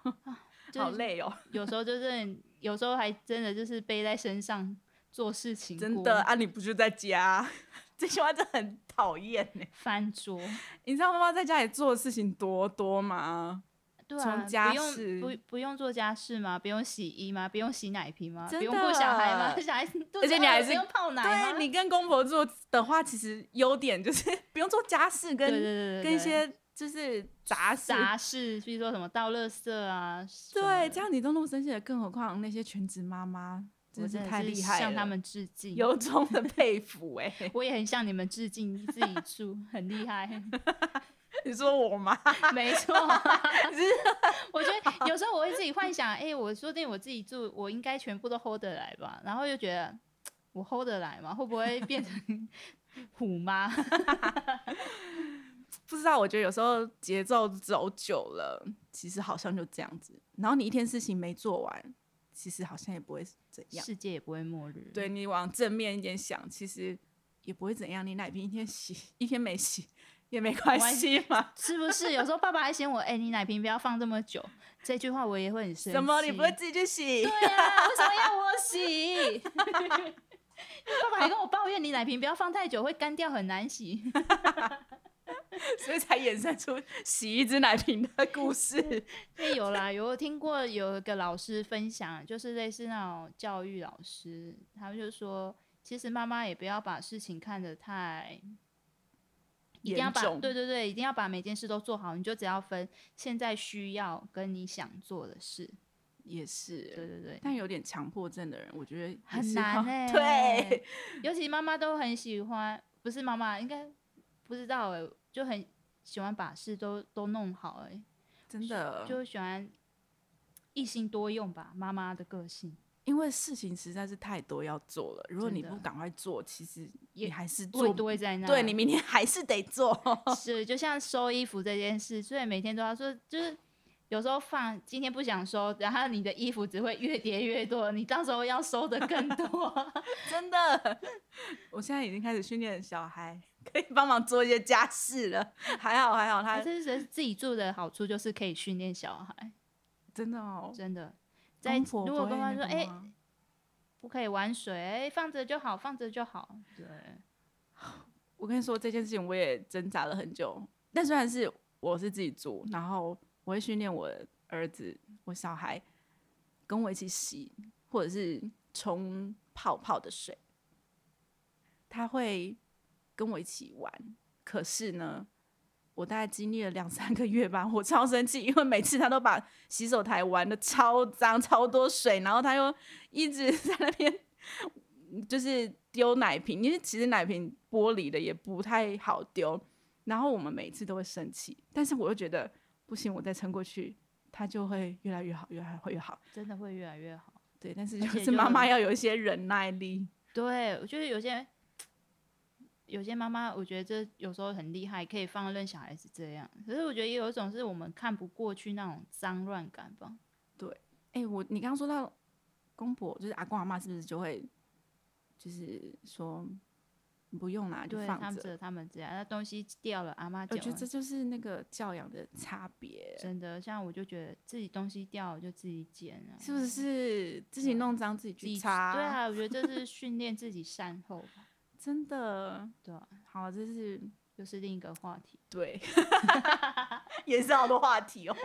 [SPEAKER 3] 就是
[SPEAKER 1] 好累哦，
[SPEAKER 3] 有时候就是，有时候还真的就是背在身上做事情过，
[SPEAKER 1] 真的啊！你不就在家？ 这句话真的很讨厌呢。
[SPEAKER 3] 翻桌。
[SPEAKER 1] 你知道妈妈在家里做的事情多多吗？
[SPEAKER 3] 对啊，
[SPEAKER 1] 从家
[SPEAKER 3] 不用
[SPEAKER 1] 事
[SPEAKER 3] 不不用做家事吗？不用洗衣吗？不用洗奶瓶吗？
[SPEAKER 1] 真
[SPEAKER 3] 不用
[SPEAKER 1] 的
[SPEAKER 3] 顾小孩吗？小孩肚
[SPEAKER 1] 而且
[SPEAKER 3] 子
[SPEAKER 1] 你
[SPEAKER 3] 饿
[SPEAKER 1] 还
[SPEAKER 3] 了
[SPEAKER 1] 是
[SPEAKER 3] 不用泡奶吗？
[SPEAKER 1] 对你跟公婆住的话，其实优点就是 不用做家事
[SPEAKER 3] 对
[SPEAKER 1] 跟，跟
[SPEAKER 3] 对对对
[SPEAKER 1] 一
[SPEAKER 3] 对
[SPEAKER 1] 些就是杂事。
[SPEAKER 3] 杂事，比如说什么倒垃圾啊，什么
[SPEAKER 1] 对，
[SPEAKER 3] 的
[SPEAKER 1] 这样你都弄生气了，更何况那些全职妈妈，
[SPEAKER 3] 我
[SPEAKER 1] 是
[SPEAKER 3] 真的
[SPEAKER 1] 太
[SPEAKER 3] 是
[SPEAKER 1] 厉害了，
[SPEAKER 3] 向他们致敬。
[SPEAKER 1] 由衷 的佩服哎、
[SPEAKER 3] 我也很向你们致敬，自己住很厉害，
[SPEAKER 1] 你说我吗？
[SPEAKER 3] 没 错。我觉得有时候我会自己幻想，哎、我说不定我自己住，我应该全部都 hold 得来吧，然后又觉得我 hold 得来吗？会不会 变成虎妈？
[SPEAKER 1] 不知道，我觉得有时候节奏走久了，其实好像就这样子。然后你一天事情没做完，其实好像也不会怎样。
[SPEAKER 3] 世界也不会末日。
[SPEAKER 1] 对你往正面一点想，其实也不会怎样。你奶瓶一天洗，一天没洗也没关系嘛。
[SPEAKER 3] 是不是？有时候爸爸还嫌我，哎、你奶瓶不要放这么久，这句话我也会很生气。
[SPEAKER 1] 怎么你不会自己去洗？
[SPEAKER 3] 对呀、啊，为什么要我 洗？爸爸还跟我抱怨，你奶瓶不要放太久，会干掉，很难洗。
[SPEAKER 1] 所以才衍生出洗一只奶瓶的故 事。
[SPEAKER 3] 欸有啦，有听过有一个老师分享，就是类似那种教育老师，他们就说，其实妈妈也不要把事情看得太，一定要
[SPEAKER 1] 严
[SPEAKER 3] 把
[SPEAKER 1] 重
[SPEAKER 3] 对对对，一定要把每件事都做好，你就只要分现在需要跟你想做的事，
[SPEAKER 1] 也是，
[SPEAKER 3] 对对对，
[SPEAKER 1] 但有点强迫症的人，我觉得也
[SPEAKER 3] 很
[SPEAKER 1] 是
[SPEAKER 3] 难
[SPEAKER 1] 要
[SPEAKER 3] 哎、
[SPEAKER 1] 对，，
[SPEAKER 3] 尤其妈妈都很喜欢，不是妈妈应该不知道哎、就很喜欢把事都都弄好哎、
[SPEAKER 1] 真的
[SPEAKER 3] 就喜欢一心多用吧，妈妈的个性。
[SPEAKER 1] 因为事情实在是太多要做了，如果你
[SPEAKER 3] 真
[SPEAKER 1] 不
[SPEAKER 3] 的
[SPEAKER 1] 赶快做，其实你
[SPEAKER 3] 也
[SPEAKER 1] 还是
[SPEAKER 3] 会
[SPEAKER 1] 做不，
[SPEAKER 3] 堆在那。
[SPEAKER 1] 对你明天还是得 做。
[SPEAKER 3] 是就像收衣服这件事，所以每天都要说，就是有时候放今天不想收，然后你的衣服只会越叠越多，你到时候要收的更多。
[SPEAKER 1] 真的，我现在已经开始训练小孩，可以帮忙做一些家事了。 还好还好，他
[SPEAKER 3] 还哎是觉得自己住的好处就是可以训练小孩，
[SPEAKER 1] 真的哦。
[SPEAKER 3] 真的。在
[SPEAKER 1] 公婆
[SPEAKER 3] 如果
[SPEAKER 1] 不会
[SPEAKER 3] 跟他说，
[SPEAKER 1] 那个
[SPEAKER 3] 哎、
[SPEAKER 1] 吗
[SPEAKER 3] 不可以玩水，哎、放着就好，放着就好。对，
[SPEAKER 1] 我跟你说这件事情，我也挣扎了很久。但虽然是我是自己住，然后我会训练我儿子、我小孩跟我一起洗或者是冲泡泡的水，他会跟我一起玩。可是呢，我大概经历了两三个月吧，我超生气，因为每次他都把洗手台玩的超脏、超多水，然后他又一直在那边就是丢奶瓶，因为其实奶瓶玻璃的也不太好丢。然后我们每次都会生气，但是我又觉得不行，我再撑过去，它就会越来越好，越来越好。
[SPEAKER 3] 真的会越来越好。
[SPEAKER 1] 对，但是
[SPEAKER 3] 而
[SPEAKER 1] 就
[SPEAKER 3] 且
[SPEAKER 1] 是
[SPEAKER 3] 就
[SPEAKER 1] 妈妈要有一些忍耐力。
[SPEAKER 3] 对，我觉得有些有些妈妈，我觉得这有时候很厉害，可以放任小孩子这样。可是我觉得也有一种是我们看不过去那种脏乱感吧。
[SPEAKER 1] 哎、我你刚刚说到公婆，就是阿公阿妈，是不是就会就是说不用啦，就
[SPEAKER 3] 对，他
[SPEAKER 1] 放
[SPEAKER 3] 们
[SPEAKER 1] 着？
[SPEAKER 3] 着他们这样，那东西掉了，阿妈
[SPEAKER 1] 我
[SPEAKER 3] 捡
[SPEAKER 1] 觉得
[SPEAKER 3] 了
[SPEAKER 1] 这。就是那个教养的差别，
[SPEAKER 3] 真的，像我就觉得自己东西掉了就自己捡啊，
[SPEAKER 1] 是不是？自己
[SPEAKER 3] 对啊
[SPEAKER 1] 弄脏自己去
[SPEAKER 3] 自己
[SPEAKER 1] 擦，
[SPEAKER 3] 对，啊，我觉得这是训练自己善后吧，
[SPEAKER 1] 真的
[SPEAKER 3] 对啊，
[SPEAKER 1] 好，这是
[SPEAKER 3] 又是另一个话题。
[SPEAKER 1] 对，也是好多话题哦。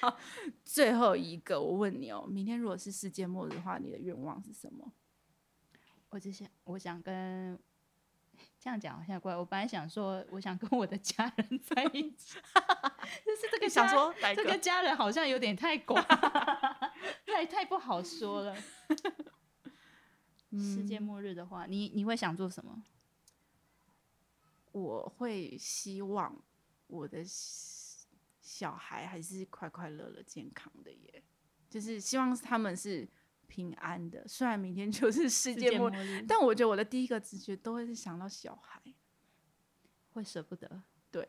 [SPEAKER 1] 好，最后一个我问你哦，明天如果是世界末日的话，你的愿望是什么？
[SPEAKER 3] 我只想，我想跟这样讲好像怪，我本来想说，我想跟我的家 人在一起，就是这个
[SPEAKER 1] 想
[SPEAKER 3] 家
[SPEAKER 1] 说哪一
[SPEAKER 3] 这
[SPEAKER 1] 个？
[SPEAKER 3] 个家人好像有点 太广，太太不好说了。世
[SPEAKER 1] 嗯
[SPEAKER 3] 界末日的话，你你会想做什么？
[SPEAKER 1] 我会希望我的小小孩还是快快乐乐、健康的耶，就是希望他们是平安的。虽然明天就是世
[SPEAKER 3] 世
[SPEAKER 1] 界末
[SPEAKER 3] 末
[SPEAKER 1] 日，
[SPEAKER 3] 日
[SPEAKER 1] 但我觉得我的第一个直觉都会是想到小孩，
[SPEAKER 3] 会舍不得，
[SPEAKER 1] 对，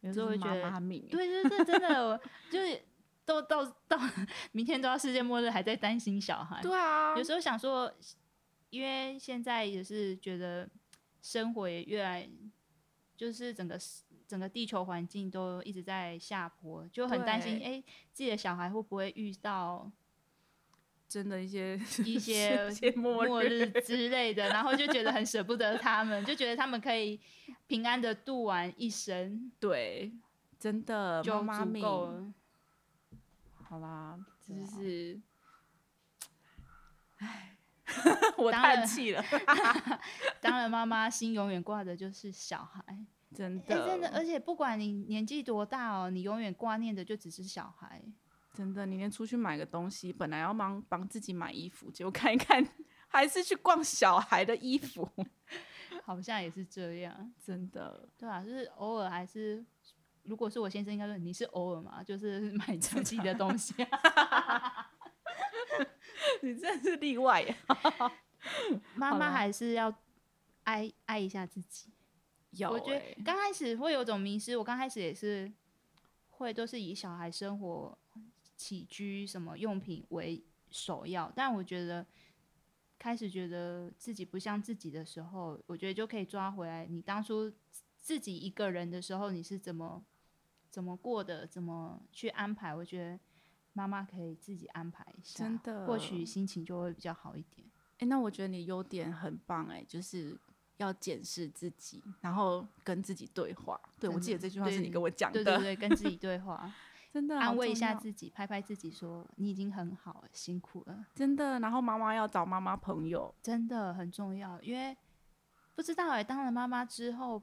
[SPEAKER 3] 有时候
[SPEAKER 1] 就
[SPEAKER 3] 会
[SPEAKER 1] 是
[SPEAKER 3] 觉得
[SPEAKER 1] 妈妈命耶。
[SPEAKER 3] 对，就是这真的，我就是都到到明天都要世界末日，还在担心小孩。
[SPEAKER 1] 对啊，
[SPEAKER 3] 有时候想说，因为现在也是觉得生活也越来，就是整个 s- 整个地球环境都一直在下坡，就很担心，
[SPEAKER 1] 对
[SPEAKER 3] 哎、自己的小孩会不会遇到
[SPEAKER 1] 真的一些
[SPEAKER 3] 一些
[SPEAKER 1] 世界末
[SPEAKER 3] 末日
[SPEAKER 1] 日
[SPEAKER 3] 之类的，然后就觉得很舍不得他们，就觉得他们可以平安的度完一生
[SPEAKER 1] 对，真的
[SPEAKER 3] 就
[SPEAKER 1] 呃妈妈
[SPEAKER 3] 足
[SPEAKER 1] 命。
[SPEAKER 3] 够了。
[SPEAKER 1] 好啦，这
[SPEAKER 3] 对
[SPEAKER 1] 就
[SPEAKER 3] 啊
[SPEAKER 1] 是，唉， 我
[SPEAKER 3] 当
[SPEAKER 1] 叹
[SPEAKER 3] 然
[SPEAKER 1] 气 了，
[SPEAKER 3] 当然，妈妈心永远挂的就是小孩。
[SPEAKER 1] 真
[SPEAKER 3] 哎、
[SPEAKER 1] 的，
[SPEAKER 3] 真的，而且不管你年纪多大哦，你永远挂念的就只是小孩。
[SPEAKER 1] 真的，你连出去买个东西，本来要帮帮自己买衣服，结果看一看，还是去逛小孩的衣服，
[SPEAKER 3] 好像也是这样，
[SPEAKER 1] 真的，
[SPEAKER 3] 对啊，就是偶尔还是，如果是我先生，应该说你是偶尔嘛，就是 买自己的东西、啊。
[SPEAKER 1] 你真的是例外耶。
[SPEAKER 3] 妈
[SPEAKER 1] 好
[SPEAKER 3] 妈
[SPEAKER 1] 啦
[SPEAKER 3] 还是要爱爱一下自己。
[SPEAKER 1] 有、欸，
[SPEAKER 3] 我觉得刚开始会有种迷失，我刚开始也是会都是以小孩生活起居什么用品为首要，但我觉得开始觉得自己不像自己的时候，我觉得就可以抓回来。你当初自己一个人的时候，你是怎么怎么过的，怎么去安排？我觉得妈妈可以自己安排一下，
[SPEAKER 1] 真的
[SPEAKER 3] 或许心情就会比较好一点。
[SPEAKER 1] 哎、那我觉得你优点很棒哎、就是要检视自己，然后跟自己对话。对，
[SPEAKER 3] 真
[SPEAKER 1] 我记得
[SPEAKER 3] 的
[SPEAKER 1] 这句话是
[SPEAKER 3] 对
[SPEAKER 1] 你跟我讲的，
[SPEAKER 3] 对对对，跟自己对话。
[SPEAKER 1] 真的
[SPEAKER 3] 安
[SPEAKER 1] 好
[SPEAKER 3] 慰一
[SPEAKER 1] 重
[SPEAKER 3] 下
[SPEAKER 1] 要
[SPEAKER 3] 自己，拍拍自己说，你已经很好了，辛苦了，
[SPEAKER 1] 真的。然后妈妈要找妈妈朋友，
[SPEAKER 3] 真的很重要。因为不知道哎、当了妈妈之后，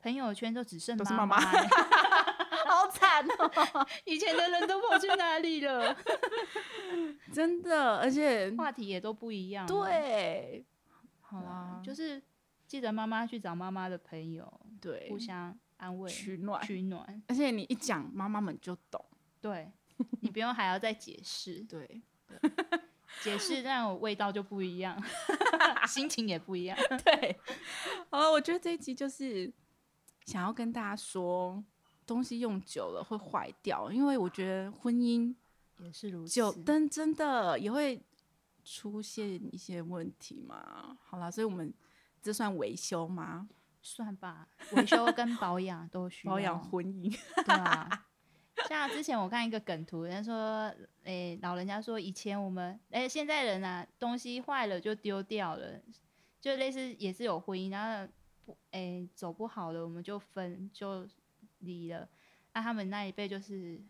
[SPEAKER 3] 朋友圈都只剩
[SPEAKER 1] 都是
[SPEAKER 3] 妈
[SPEAKER 1] 妈妈
[SPEAKER 3] 欸
[SPEAKER 1] 好惨哦、
[SPEAKER 3] 以前的人都跑去哪里了？
[SPEAKER 1] 真的，而且
[SPEAKER 3] 话题也都不一样。，
[SPEAKER 1] 对，
[SPEAKER 3] 好
[SPEAKER 1] 好啦
[SPEAKER 3] 啦，就是记得妈妈去找妈妈的朋友，
[SPEAKER 1] 对，
[SPEAKER 3] 互相安慰、
[SPEAKER 1] 取暖。
[SPEAKER 3] 取暖。
[SPEAKER 1] 而且你一讲，妈妈们就懂。
[SPEAKER 3] 对你不用还要再解释，
[SPEAKER 1] 对，
[SPEAKER 3] 解释那种味道就不一样， 心情也不一样。
[SPEAKER 1] 对， 好了，我觉得这一集就是想要跟大家说，东西用久了会坏掉，因为我觉得婚姻
[SPEAKER 3] 也是如此。
[SPEAKER 1] 久，但真的也会出现一些问题嘛。好啦，所以我们这算维修吗？
[SPEAKER 3] 算吧，维修跟保养都需要。
[SPEAKER 1] 保养婚姻，
[SPEAKER 3] 对啊，像之前我看一个梗图，人家说，诶、老人家说以前我们，诶、现在人啊，东西坏了就丢掉了，就类似也是有婚姻，然后不，诶、走不好了我们就分就离了，那、他们那一辈就是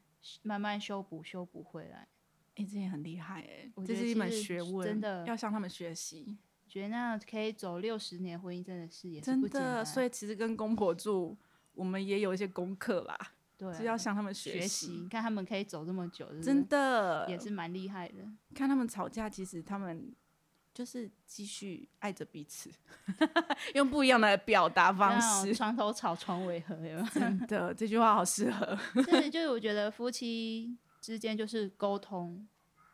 [SPEAKER 3] 慢慢修补修补回来，
[SPEAKER 1] 哎、这也很厉害哎、
[SPEAKER 3] 我
[SPEAKER 1] 这
[SPEAKER 3] 觉得
[SPEAKER 1] 是一
[SPEAKER 3] 其
[SPEAKER 1] 门
[SPEAKER 3] 实
[SPEAKER 1] 学问，
[SPEAKER 3] 真的
[SPEAKER 1] 要向他们学习，
[SPEAKER 3] 觉得那样可以走六十年婚姻真的是也是
[SPEAKER 1] 真
[SPEAKER 3] 不简单，
[SPEAKER 1] 的。所以其实跟公婆住，我们也有一些功课啦，
[SPEAKER 3] 对啊、
[SPEAKER 1] 就是要向他们
[SPEAKER 3] 学习，
[SPEAKER 1] 习
[SPEAKER 3] 你，看他们可以走这么久，是不是
[SPEAKER 1] 真的
[SPEAKER 3] 也是蛮厉害的。
[SPEAKER 1] 看他们吵架，其实他们就是继续爱着彼此， 用不一样的表达方
[SPEAKER 3] 那 种
[SPEAKER 1] 式。
[SPEAKER 3] 床头吵，床尾和，有没有？
[SPEAKER 1] 真的，这句话好适合。
[SPEAKER 3] 对，就是我觉得夫妻之间就是沟通，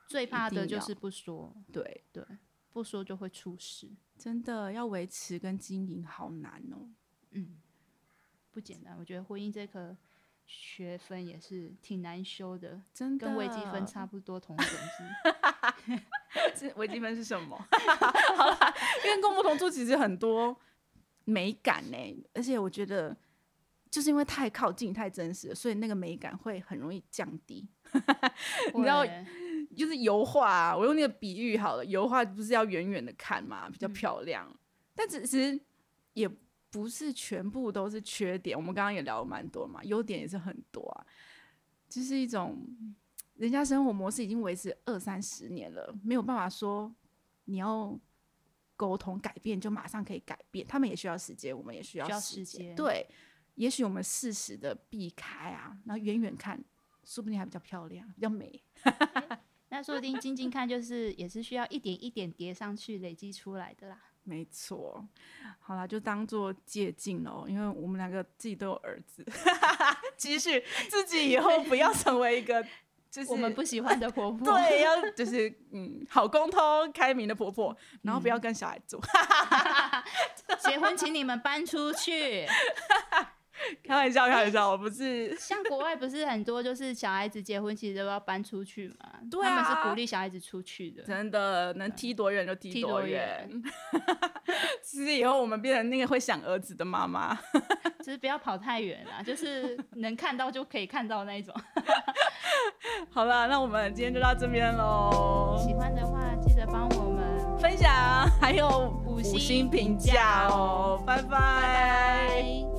[SPEAKER 3] 最怕的就是不说，
[SPEAKER 1] 对，
[SPEAKER 3] 对，不说就会出事，
[SPEAKER 1] 真的要维持跟经营好难哦、
[SPEAKER 3] 嗯，不简单。我觉得婚姻这科学分也是挺难修的，
[SPEAKER 1] 真的。
[SPEAKER 3] 跟微积分差不多同等级。
[SPEAKER 1] 是微积分是什么？ 好啦，因为公不同住其实很多美感呢、而且我觉得就是因为太靠近、太真实了，所以那个美感会很容易降低。你知道
[SPEAKER 3] 会
[SPEAKER 1] 就是油画、啊，我用那个比喻好了，油画不是要远远的看嘛，比较
[SPEAKER 3] 嗯
[SPEAKER 1] 漂亮。但其实也不是全部都是缺点，我们刚刚也聊了蛮多嘛，优点也是很多啊。就是一种人家生活模式已经维持二三十年了，没有办法说你要沟通改变就马上可以改变，他们也需要时间，我们也需
[SPEAKER 3] 需要
[SPEAKER 1] 时
[SPEAKER 3] 时间
[SPEAKER 1] 对，也许我们适时的避开啊，然后远远看，说不定还比较漂亮，比较美。
[SPEAKER 3] 那说不定静静看就是也是需要一点一点叠上去累积出来的啦。
[SPEAKER 1] 没错，好啦，就当做借镜喽，因为我们两个自己都有儿子， 其实自己以后不要成为一 个就是
[SPEAKER 3] 我们不喜欢的婆婆，
[SPEAKER 1] 对，要就是嗯，好公通、开明的婆婆，然后不
[SPEAKER 3] 嗯
[SPEAKER 1] 要跟小孩住，
[SPEAKER 3] 结婚请你们搬出去。
[SPEAKER 1] 开玩笑，开玩笑，我不 是
[SPEAKER 3] 像国外不是很多，就是小孩子结婚其实都要搬出去嘛，
[SPEAKER 1] 对啊
[SPEAKER 3] 他们是鼓励小孩子出去的。
[SPEAKER 1] 真的能踢多远就踢
[SPEAKER 3] 踢
[SPEAKER 1] 多
[SPEAKER 3] 多
[SPEAKER 1] 远
[SPEAKER 3] 远。
[SPEAKER 1] 其实以后我们变成那个会想儿子的妈妈，
[SPEAKER 3] 就是不要跑太远啊，就是能看到就可以看到那一种。
[SPEAKER 1] 好了，那我们今天就到这边喽，
[SPEAKER 3] 喜欢的话记得帮我们，
[SPEAKER 1] 分享还有
[SPEAKER 3] 五星哦
[SPEAKER 1] 星评价哦，拜拜
[SPEAKER 3] 拜。